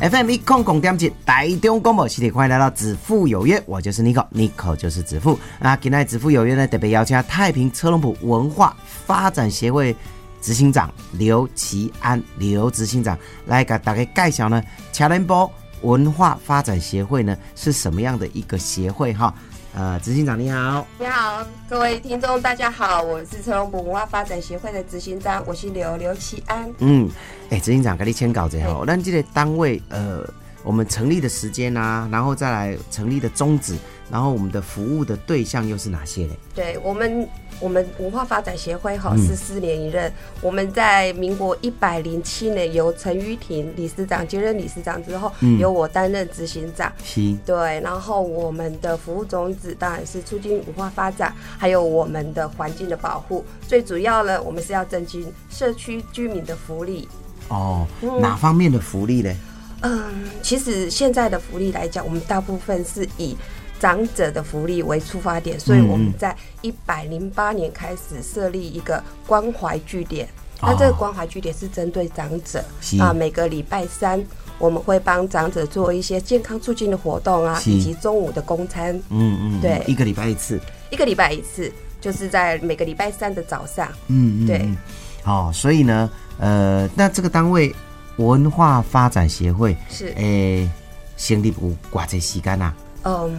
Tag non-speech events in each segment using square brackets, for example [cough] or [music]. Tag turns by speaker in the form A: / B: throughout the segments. A: FM 一空空点七，台中广播系列，欢迎来到子父有约，我就是 Nico，Nico 就是子父。那今天子父有约呢，特别邀请太平车龙埔文化发展协会执行长刘奇安刘执行长来给大家介绍呢，乔连波文化发展协会呢是什么样的一个协会哈？呃，执行长你好，
B: 你好，各位听众，大家好，我是车龙埔文化发展协会的执行长，我姓刘，刘启安。
A: 嗯，哎、执行长给你签稿子哈，咱这个单位呃，我们成立的时间啊，然后再来成立的宗旨，然后我们的服务的对象又是哪些嘞？
B: 对我们，我们文化发展协会哈
A: 嗯
B: 是四年一任，我们在民国一百零七年由陈玉婷理事长接任理事长之后，
A: 嗯
B: 由我担任执行长。
A: 七。
B: 对，然后我们的服务宗旨当然是促进文化发展，还有我们的环境的保护。最主要呢，我们是要增进社区居民的福利。
A: 哦，哪方面的福利呢？
B: 嗯，其实现在的福利来讲，我们大部分是以长者的福利为出发点，所以
A: 嗯嗯
B: 我们在一百零八年开始设立一个关怀据点。
A: 哦
B: 那这个关怀据点是针对长者
A: 是
B: 啊，每个礼拜三我们会帮长者做一些健康促进的活动啊，
A: 是
B: 以及中午的公餐，
A: 嗯嗯，
B: 对
A: 一个礼拜一次。
B: 一个礼拜一次，就是在每个礼拜三的早上。
A: 嗯嗯，
B: 对
A: 嗯。哦，所以呢，呃，那这个单位文化发展协会
B: 是
A: 诶，成立有偌济时间啊？
B: 嗯，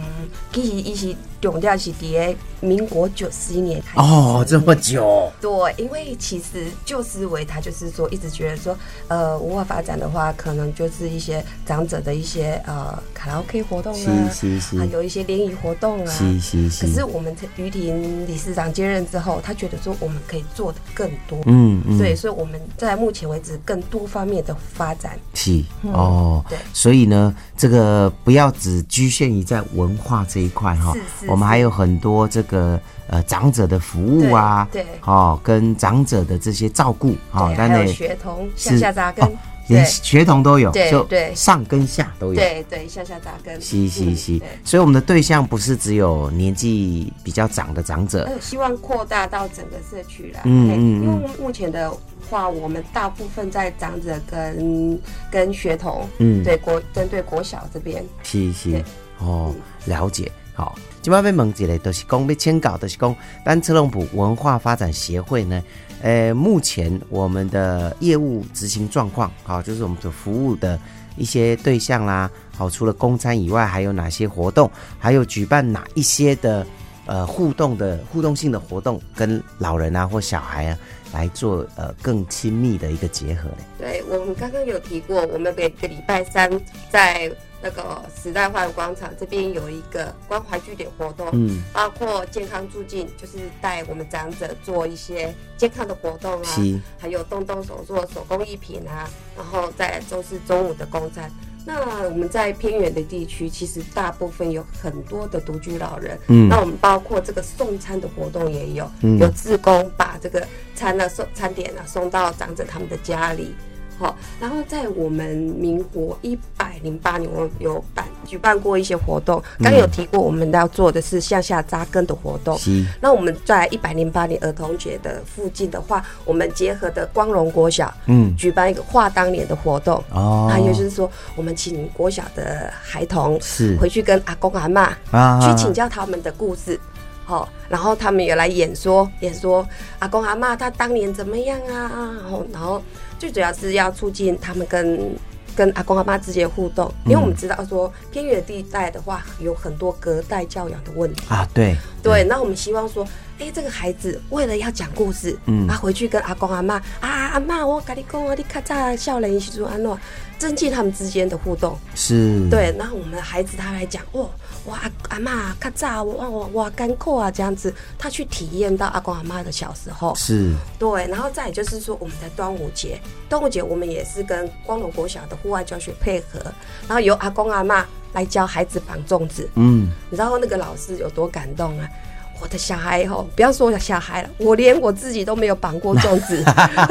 B: 其实一是重点是伫民国九十一年开始
A: 哦，这么久。
B: 对，因为其实旧思维他就是说，一直觉得说，呃，文化发展的话，可能就是一些长者的一些呃卡拉 OK 活动啊，
A: 是是是
B: 还有一些联谊活动啊。
A: 是是
B: 可
A: 哎是。
B: 是我们于婷理事长接任之后，他觉得说我们可以做的更多，
A: 嗯嗯，
B: 对，所以我们在目前为止更多方面的发展。
A: 是哦
B: 嗯对，
A: 所以呢，这个不要只局限于在文化这一块哈
B: 是是，
A: 我们还有很多这个呃长者的服务啊，
B: 对对
A: 哦，跟长者的这些照顾啊，
B: 对，
A: 但
B: 还有
A: 是
B: 学童向
A: 是
B: 下扎根
A: 哦，连
B: 对
A: 学童都有，
B: 对
A: 就
B: 对
A: 上跟下都有，
B: 对对，向下扎根。
A: 是是
B: 嗯
A: 是
B: 对，
A: 所以我们的对象不是只有年纪比较长的长者，
B: 呃，希望扩大到整个社区啦。
A: 嗯
B: 嘿
A: 嗯嗯
B: 因为目前的话，我们大部分在长者跟跟学童，
A: 嗯
B: 对国针对国小这边，
A: 是是
B: 对，
A: 哦，了解，好、今摆要问一个，就是讲要签稿，就是讲咱车龙埔文化发展协会呢，呃，目前我们的业务执行状况，好、就是我们所服务的一些对象啦，好、除了公餐以外，还有哪些活动，还有举办哪一些的呃互动的互动性的活动，跟老人啊或小孩啊来做呃更亲密的一个结合呢？
B: 对我们刚刚有提过，我们每个礼拜三在那个时代化广场这边有一个关怀据点活动，
A: 嗯，
B: 包括健康促进，就是带我们长者做一些健康的活动啊，
A: 是
B: 还有动动手做手工艺品啊，然后再来就是中午的公餐。那我们在偏远的地区，其实大部分有很多的独居老人。
A: 嗯
B: 那我们包括这个送餐的活动也有，
A: 嗯
B: 有志工把这个餐呢、送餐点啊送到长者他们的家里。好、然后在我们民国一百零八年，我们有办举办过一些活动。刚
A: 嗯
B: 有提过，我们要做的是向下扎根的活动。
A: 是
B: 那我们在一百零八年儿童节的附近的话，我们结合的光荣国小，
A: 嗯
B: 举办一个画当年的活动。
A: 哦
B: 还有就是说，我们请国小的孩童
A: 是
B: 回去跟阿公阿妈
A: 啊
B: 去请教他们的故事。好、然后他们也来演说，演说阿公阿妈他当年怎么样啊？然后，然后最主要是要促进他们跟跟阿公阿妈之间的互动，
A: 嗯
B: 因为我们知道说偏远地带的话有很多隔代教养的问题。
A: 啊，对
B: 对，那我们希望说，哎、这个孩子为了要讲故事，
A: 嗯
B: 嗯，他、回去跟阿公阿妈啊，阿妈，我跟你讲啊，你咔嚓笑人一起安诺，增进他们之间的互动。
A: 是，
B: 对，然后我们孩子他来讲，哦，哇，阿妈咔嚓，哇哇哇干扣啊，这样子，他去体验到阿公阿妈的小时候。
A: 是。
B: 对，然后再也就是说，我们的端午节，端午节我们也是跟光荣国小的户外教学配合，然后由阿公阿妈来教孩子绑粽子。
A: 嗯，
B: 你知道那个老师有多感动啊？我的小孩吼，不要说小孩了，我连我自己都没有绑过粽子， [laughs]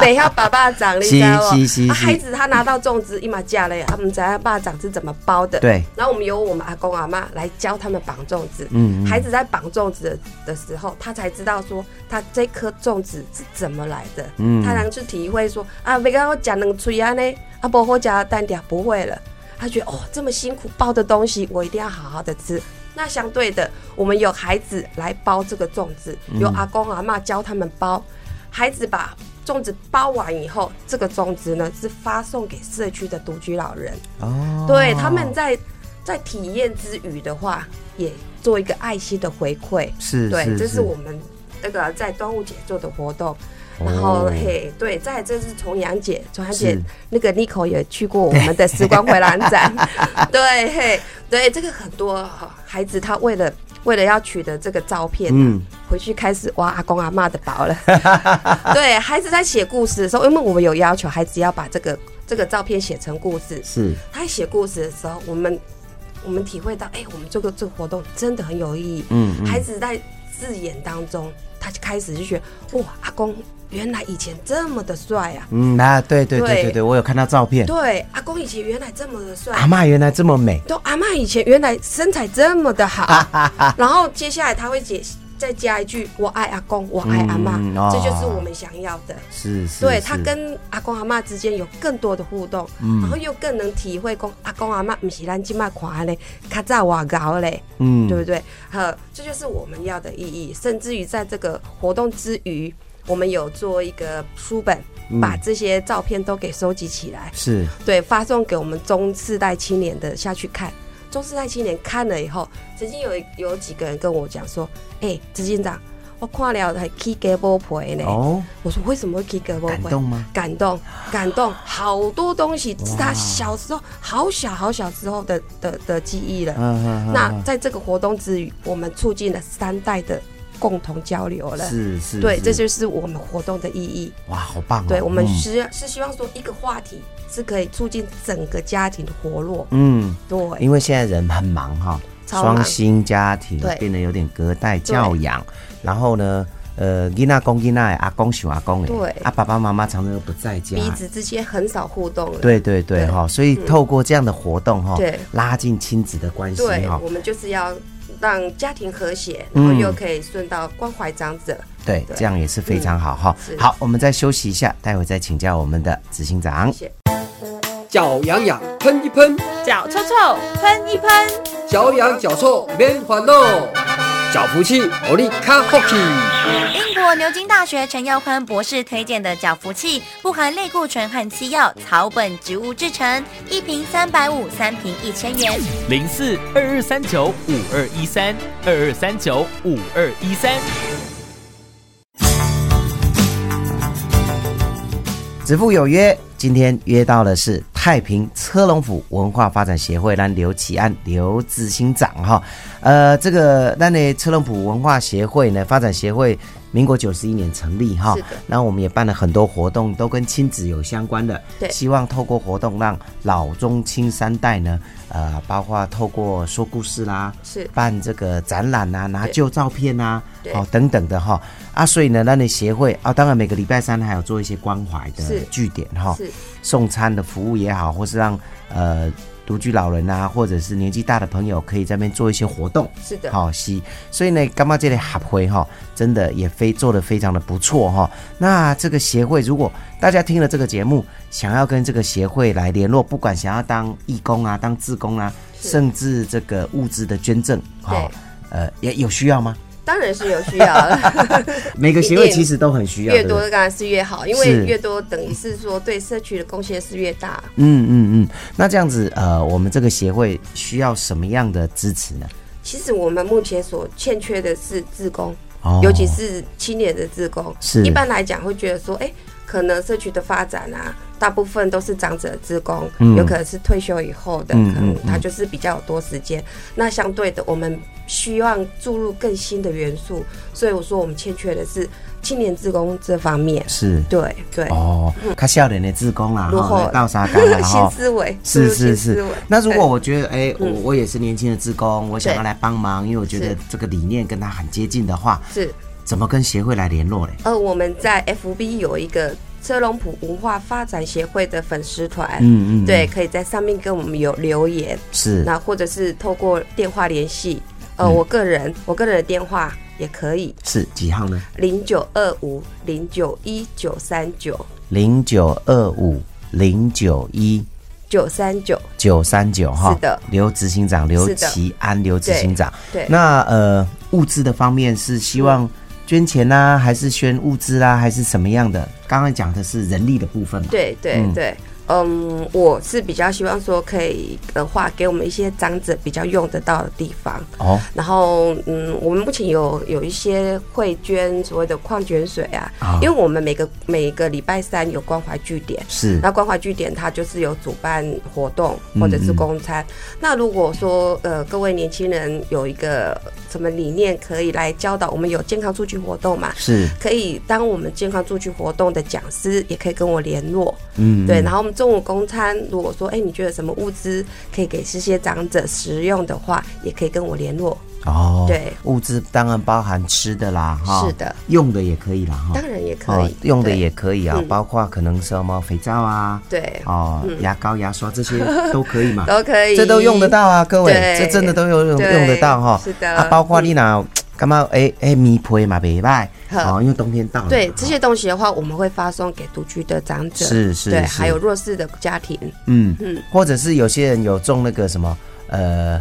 B: 每下爸爸长，你知道吗？
A: 是是是
B: 啊孩子他拿到粽子一马架了，他们知道爸长是怎么包的。。
A: 对，
B: 然后我们由我们阿公阿妈来教他们绑粽子。
A: 嗯嗯
B: 孩子在绑粽子的时候，他才知道说他这颗粽子是怎么来的。
A: 嗯
B: 他能去体会说啊，别跟我讲冷吹啊呢，啊不好加单点不会了。他觉得哦，这么辛苦包的东西，我一定要好好的吃。那相对的，我们有孩子来包这个粽子，
A: 嗯
B: 有阿公阿妈教他们包。孩子把粽子包完以后，这个粽子呢是发送给社区的独居老人。
A: 哦，
B: 对，他们在在体验之余的话，也做一个爱心的回馈。
A: 是，
B: 对，这
A: 是
B: 是我们那个在端午节做的活动。
A: 哦
B: 然后、嘿，对，再来这是重阳节，重阳节
A: 是
B: 那个 n i c o 也去过我们的时光回廊
A: [laughs]
B: 展，对，嘿，对，这个很多哦孩子他为了为了要取得这个照片、
A: 嗯
B: 嗯，回去开始挖阿公阿妈的
A: [laughs]
B: 宝了。对，孩子在写故事的时候，因为我们有要求孩子要把这个这个照片写成故事，
A: 是
B: 他在写故事的时候，我们我们体会到，哎、我们这个这个活动真的很有意义。
A: 嗯嗯
B: 孩子在字眼当中，他就开始就觉得，哇，阿公原来以前这么的帅啊！
A: 嗯啊，对对对
B: 对
A: 对对，我有看到照片，
B: 对，阿公以前原来这么的帅。
A: 哎阿嬷原来这么美，
B: 都阿妈以前原来身材这么的
A: [laughs]
B: 好，然后接下来他会解再加一句“我爱阿公，我爱阿妈”，
A: 嗯哦
B: 这就是我们想要的。
A: 是是，是
B: 对
A: 嗯
B: 他跟阿公阿妈之间有更多的互动，然后又更能体会公阿公阿妈不是咱今麦看嘞，卡扎瓦高嘞，
A: 嗯
B: 对不对？呃，这就是我们要的意义。甚至于在这个活动之余，我们有做一个书本，
A: 嗯
B: 把这些照片都给收集起来，
A: 是
B: 对，发送给我们中世代青年的下去看。中世代青年看了以后，曾经有一有几个人跟我讲说：“哎、执行长，我看了还 K 给波婆呢。”
A: 哦，
B: 我说为什么会 K 给波
A: 感
B: 婆？
A: 动吗？
B: 感动，感动，好多东西是他小时候好小好小时候的的的记忆了。
A: 嗯嗯，嗯
B: 那
A: 嗯
B: 在这个活动之余，我们促进了三代的共同交流了。
A: 是是，
B: 对，
A: 是
B: 这就是我们活动的意义。
A: 哇，好棒哦，
B: 对我们
A: 嗯
B: 是、是希望说一个话题是可以促进整个家庭的活络。
A: 嗯，
B: 对，
A: 因为现在人很忙哈，
B: 超
A: 双
B: 忙
A: 薪家庭
B: 对
A: 变得有点隔代教养，然后呢，呃，囡仔公囡仔的，阿公喜阿公的，
B: 对
A: 啊，爸爸妈妈常常都不在家，
B: 彼此之间很少互动了。
A: 对对对
B: 对嗯
A: 哈，所以透过这样的活动哈
B: 对，
A: 拉近亲子的关系
B: 对
A: 哈，
B: 我们就是要让家庭和谐，然后
A: 嗯
B: 又可以顺道关怀长者。
A: 对，
B: 对嗯
A: 这样也是非常好哈
B: 是。
A: 好，我们再休息一下，待会再请教我们的执行长
B: 谢。谢。
C: 脚痒痒，喷一喷，
D: 脚臭臭，喷一喷。
C: 脚痒脚臭免烦恼，脚福气，我力卡福气。
E: 英国牛津大学陈耀宽博士推荐的脚福器，不含类固醇和西药，草本植物制成，一瓶三百五，三瓶一千元。
F: 零四二二三九五二一三二二三九五二一三。
A: 子父有约，今天约到的是太平车龙府文化发展协会，咱刘启安、刘志兴长哈。呃，这个咱的车龙府文化协会呢，发展协会民国九十一年成立哈
B: 是的。
A: 那我们也办了很多活动，都跟亲子有相关的。
B: 对
A: 希望透过活动让老中青三代呢，呃，包括透过说故事啦，
B: 是
A: 办这个展览啊，拿
B: 对
A: 旧照片啊，
B: 对
A: 哦等等的哈、啊，所以呢，那你协会啊，当然每个礼拜三还有做一些关怀的
B: 是
A: 据点哈、
B: 是
A: 送餐的服务也好，或是让呃独居老人啊，或者是年纪大的朋友可以在那边做一些活动。
B: 是的，
A: 好、是，所以呢，干妈这里合会哈，真的也非做的非常的不错哈、那这个协会，如果大家听了这个节目，想要跟这个协会来联络，不管想要当义工啊、当志工啊，
B: 是
A: 甚至这个物资的捐赠，好，
B: 对
A: 呃，也有需要吗？
B: 当然是有需要了。
A: 每个协
B: 一
A: 会
B: 定
A: 其实都很需要，
B: 越
A: 对不
B: 多
A: 对
B: 当然是越好，因
A: 是
B: 为越多等于是说对社区的贡献是越大。
A: 嗯嗯嗯。那这样子，呃，我们这个协会需要什么样的支持呢？
B: 其实我们目前所欠缺的是志工，
A: 哦
B: 尤其是青年的志工。
A: 是
B: 一般来讲会觉得说，哎、可能社区的发展啊，大部分都是长者职工，
A: 嗯
B: 有可能是退休以后的，
A: 嗯
B: 可能
A: 嗯
B: 他
A: 嗯
B: 就是比较有多时间。那相对的，我们希望注入更新的元素，所以我说我们欠缺的是青年职工这方面。
A: 是
B: 对对，
A: 哦，较少年的志工啦，
B: 嗯如
A: 吼
B: 何
A: 来到沙
B: [laughs]
A: 干啦，
B: 新
A: 哈。
B: 思维
A: 是是
B: 新思
A: 是
B: 维，
A: 那如果
B: 对
A: 我觉得，哎、我
B: 嗯
A: 我也是年轻的志工，我想要
B: 对
A: 来帮忙，因为我觉得
B: 是
A: 这个理念跟他很接近的话，
B: 是
A: 怎么跟协会来联络嘞？
B: 呃，我们在 FB 有一个车龙埔文化发展协会的粉丝团，
A: 嗯嗯嗯
B: 对，可以在上面跟我们有留言，
A: 是嗯
B: 那或者是透过电话联系。呃，我个人我个人的电话也可以，
A: 是几号呢？
B: 零九二五零九一九三九
A: 零九二五零九一
B: 九三九，
A: 九三九哈，
B: 是的
A: 刘执行长刘
B: 是的
A: 奇安，刘执行长。
B: 对
A: 那呃，物资的方面是希望捐钱啦、还是捐物资啦、还是什么样的？刚刚讲的是人力的部分嘛。，
B: 对对
A: 嗯
B: 对。嗯，我是比较希望说可以的话，给我们一些长者比较用得到的地方。
A: 哦，
B: 然后，嗯，我们目前有有一些会捐所谓的矿泉水啊，
A: 啊
B: 因为我们每个每个礼拜三有关怀据点，
A: 是
B: 那关怀据点它就是有主办活动
A: 嗯
B: 或者是
A: 嗯
B: 公餐。那如果说呃各位年轻人有一个什么理念可以来教导，我们有健康促进活动嘛？
A: 是，
B: 可以当我们健康促进活动的讲师，也可以跟我联络。
A: 嗯，嗯
B: 对，然后我们中午公餐，如果说哎、你觉得什么物资可以给这些长者食用的话，也可以跟我联络。
A: 哦，
B: 对，
A: 物资当然包含吃的啦，哈，
B: 是的，
A: 用的也可以啦，哈，
B: 当然也可以，
A: 哦，用的
B: 对
A: 也可以啊，
B: 嗯
A: 包括可能什么肥皂啊，
B: 对，嗯
A: 哦，牙膏、牙刷这些都可以嘛，
B: [laughs] 都可以，
A: 这都用得到啊，各位，
B: 对
A: 这真的都有用
B: 对
A: 用得到哈，
B: 是的嗯
A: 啊，包括你哪，干嘛？哎哎，米皮嘛，袂歹，
B: 好
A: 哦，因为冬天到了嘛，
B: 对这
A: 哦
B: 些东西的话，我们会发送给独居的长者，
A: 是是
B: 对，
A: 是
B: 还有弱势的家庭，
A: 嗯
B: 嗯
A: 或者是有些人有种那个什么，呃，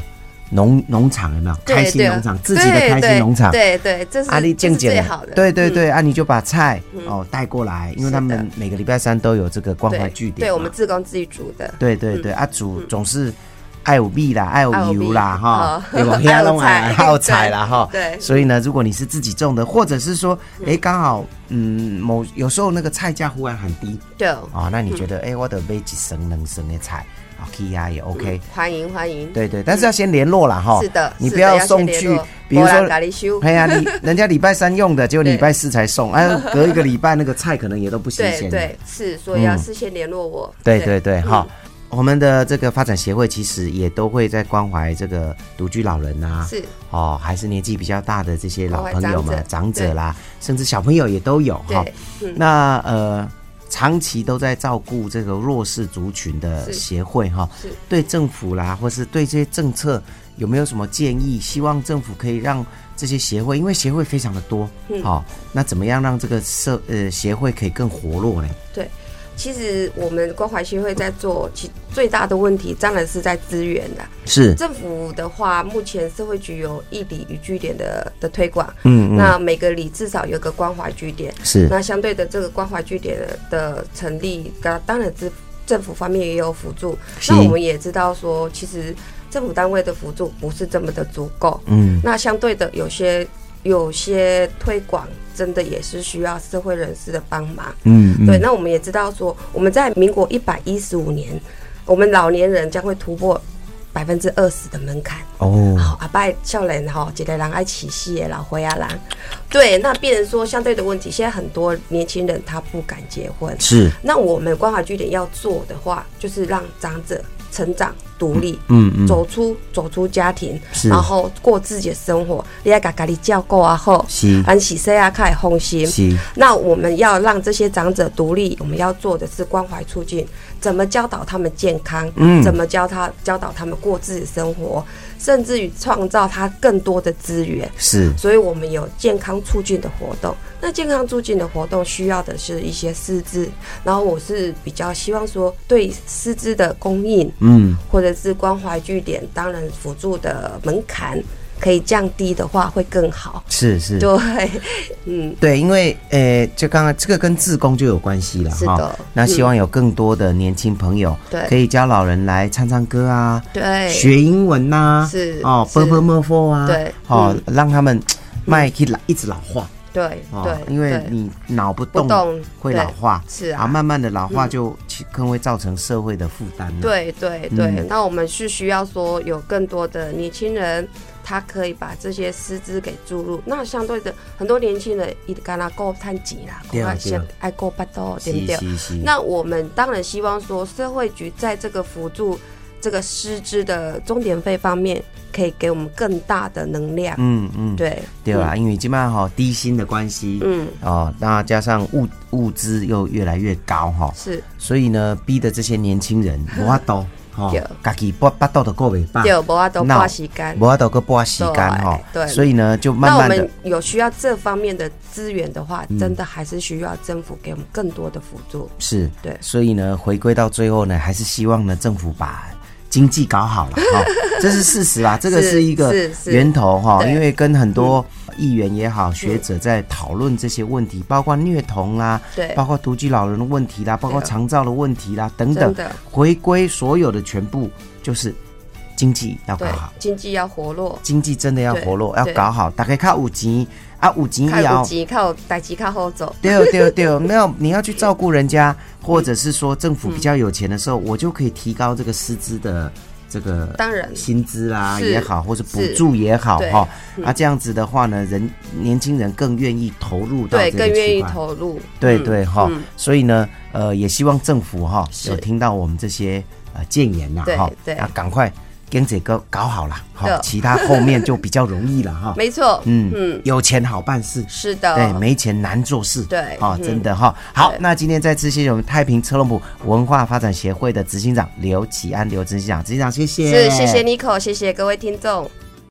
A: 农农场有没有？
B: 对
A: 开心
B: 对
A: 农场，自己的开
B: 对
A: 心农场，
B: 对对，这是
A: 啊，你
B: 这
A: 静
B: 是
A: 静
B: 最好的，
A: 对对
B: 嗯
A: 对，啊，你就把菜
B: 嗯
A: 哦带过来，因为
B: 是的
A: 他们每个礼拜三都有这个关怀
B: 嗯对
A: 据点嘛，啊
B: 对我们自工自己煮的，
A: 对对对啊，煮总是爱有米啦，爱有
B: 嗯爱
A: 油
B: 有米
A: 啦，哈
B: 哦，
A: 对吧
B: [laughs] 爱有
A: 遐拢爱
B: 菜
A: 爱有菜
B: [laughs]
A: 啦，哈，
B: 对
A: 所以呢，如果你是自己种的，或者是说，哎，刚好，嗯，某有时候那个菜价忽然很低
B: 对，
A: 哦，那你觉
B: 嗯
A: 得，哎，我得买几升能升的菜，啊，去呀也 OK。
B: 欢迎欢迎，
A: 对对，但是要先联络啦哈，
B: 嗯是的
A: 你
B: 是
A: 不
B: 的
A: 要
B: 要先
A: 送
B: 联
A: 去
B: 络，啊
A: 比如
B: 没
A: 说
B: 人给你收，
A: 哎
B: [laughs]
A: 呀，你人家礼拜三用的，结果
B: 对
A: 礼拜四才送，
B: [laughs]
A: 哎，隔一个礼拜那个菜可能也都不新
B: 对
A: 鲜。
B: 对，是，所以要
A: 嗯
B: 事先联络我，
A: 对对对，
B: 嗯
A: 哈、我们的这个发展协会其实也都会在关怀这个独居老人啊，
B: 是
A: 哦，还是年纪比较大的这些老
B: 关
A: 朋
B: 怀
A: 友们、长
B: 长者
A: 者啦，甚至小朋友也都有哈、
B: 对，嗯
A: 那呃，长期都在照顾这个弱势族群的
B: 是
A: 协会哈、
B: 是
A: 对政府啦，或是对这些政策有没有什么建议？希望政府可以让这些协会，因为协会非常的多，好、
B: 嗯
A: 那怎么样让这个社呃协会可以更活络呢？
B: 对，其实我们关怀协会在做，其最大的问题当然是在资源的。
A: 是，
B: 政府的话，目前社会局有一里与据点的的推广，
A: 嗯嗯，
B: 那每个里至少有个关怀据点。
A: 是。
B: 那相对的，这个关怀据点的的成立，当当然政政府方面也有辅助。
A: 是
B: 那我们也知道说，其实政府单位的辅助不是这么的足够。
A: 嗯，
B: 那相对的，有些有些推广真的也是需要社会人士的帮忙。
A: 嗯，嗯
B: 对，那我们也知道说，我们在民国一百一十五年，我们老年人将会突破百分之二十的门槛。
A: 哦，
B: 好，阿拜笑脸哈，一个人爱起戏的老灰啊人。对，那变成说相对的问题，现在很多年轻人他不敢结婚。
A: 是，
B: 那我们关怀据点要做的话，就是让长者成长独立。
A: 嗯嗯，
B: 走出走出家庭，
A: 是
B: 然后过自己的生活，你要把家己照顾啊好，
A: 是
B: 咱洗洗啊开始放心。
A: 是
B: 那我们要让这些长者独立，我们要做的是关怀促进，怎么教导他们健康，
A: 嗯
B: 怎么教他教导他们过自己的生活，甚至于创造他更多的资源。
A: 是
B: 所以我们有健康促进的活动。那健康促进的活动需要的是一些师资，然后我是比较希望说对师资的供应，
A: 嗯，
B: 或者是关怀据点，当然辅助的门槛可以降低的话会更好。
A: 是是，
B: 对，嗯，
A: 对，因为呃，就刚刚这个跟志工就有关系了
B: 是的嗯
A: 哈。那希望有更多的年轻朋友，
B: 对
A: 可以教老人来唱唱歌啊，
B: 对，
A: 学英文呐，
B: 是
A: 哦，
B: 是
A: 啵啵么啵啊，
B: 对嗯
A: 哦，让他们麦可以老一直老化，
B: 对对，
A: 因为
B: 对
A: 你脑不动
B: 不动
A: 会老化，
B: 对是啊
A: 然后慢慢的老化就其更会造成社会的负担啊了。
B: 对对对，
A: 嗯
B: 那我们是需要说有更多的年轻人，他可以把这些师资给注入。那相对的，很多年轻人一干啦够趁钱啦，
A: 对啊对啊
B: 够先爱够巴多，对
A: 是，
B: 不对？
A: 是是
B: 那我们当然希望说，社会局在这个辅助这个师资的钟点费方面，可以给我们更大的能量。
A: 嗯嗯，
B: 对啊
A: 对啦，因为基本上哈低薪的关系，
B: 嗯，
A: 哦，那加上物物资又越来越高哈、
B: 嗯是
A: 所以呢，逼得这些年轻人
B: [laughs]
A: 无法度，哈、
B: 对
A: 自己巴巴肚都过未饱，
B: 对，无法都
A: 那
B: 花时间。
A: 无法度个拨时间哈，
B: 对对
A: 所以呢，就慢
B: 那我
A: 慢的
B: 们，有需要这方面的资源的话，真的还是需要政府给我们更多的辅助。
A: 是，
B: 对
A: 所以呢，回归到最后呢，还是希望呢，政府把经济搞好了
B: [laughs]
A: 哈、这是事实啊，这个
B: 是
A: 是一个
B: 是是
A: 源头哈、
B: 对嗯
A: 因为跟很多议员也好、学者在讨论这些问题，包括虐童啦，
B: 对
A: 包括独居老人的问题啦，包括
B: 对
A: 长照的问题啦等等
B: 真的，
A: 回归所有的全部就是经济要搞
B: 对
A: 好，，
B: 经济要活络，
A: 经济真的要
B: 对
A: 活络，要
B: 对
A: 搞好，大概靠五级啊，五级
B: 靠
A: 也
B: 有
A: 要。
B: 钱靠代志靠后走，
A: 对对对，没有你要去照顾人家，或者是说政府比较有钱的时候，我就可以提高这个师资的这个
B: 当然
A: 薪资啦
B: 是
A: 也好，或者补
B: 是
A: 助也好
B: 对嗯
A: 哈。啊，这样子的话呢，人年轻人更愿意投入到
B: 对，
A: 这个
B: 更愿
A: 区
B: 意
A: 块。
B: 投入，
A: 对
B: 嗯
A: 对哈
B: 嗯，
A: 所以呢，呃，也希望政府哈
B: 是
A: 有听到我们这些呃建言呐
B: 对
A: 哈，
B: 对
A: 啊，赶快跟这个搞好了哈
B: 对， [laughs]
A: 其他后面就比较容易了哈。
B: 没错，
A: 嗯嗯
B: 嗯，，
A: 有钱好办事，
B: 是的，
A: 对，哎没钱难做事。
B: 对
A: 哦，
B: 嗯
A: 真的哈、好
B: 对，
A: 那今天再次谢谢我们太平车龙埔文化发展协会的执行长刘启安刘执行长，执行长谢谢，
B: 是谢谢 Nico，谢谢各位听众。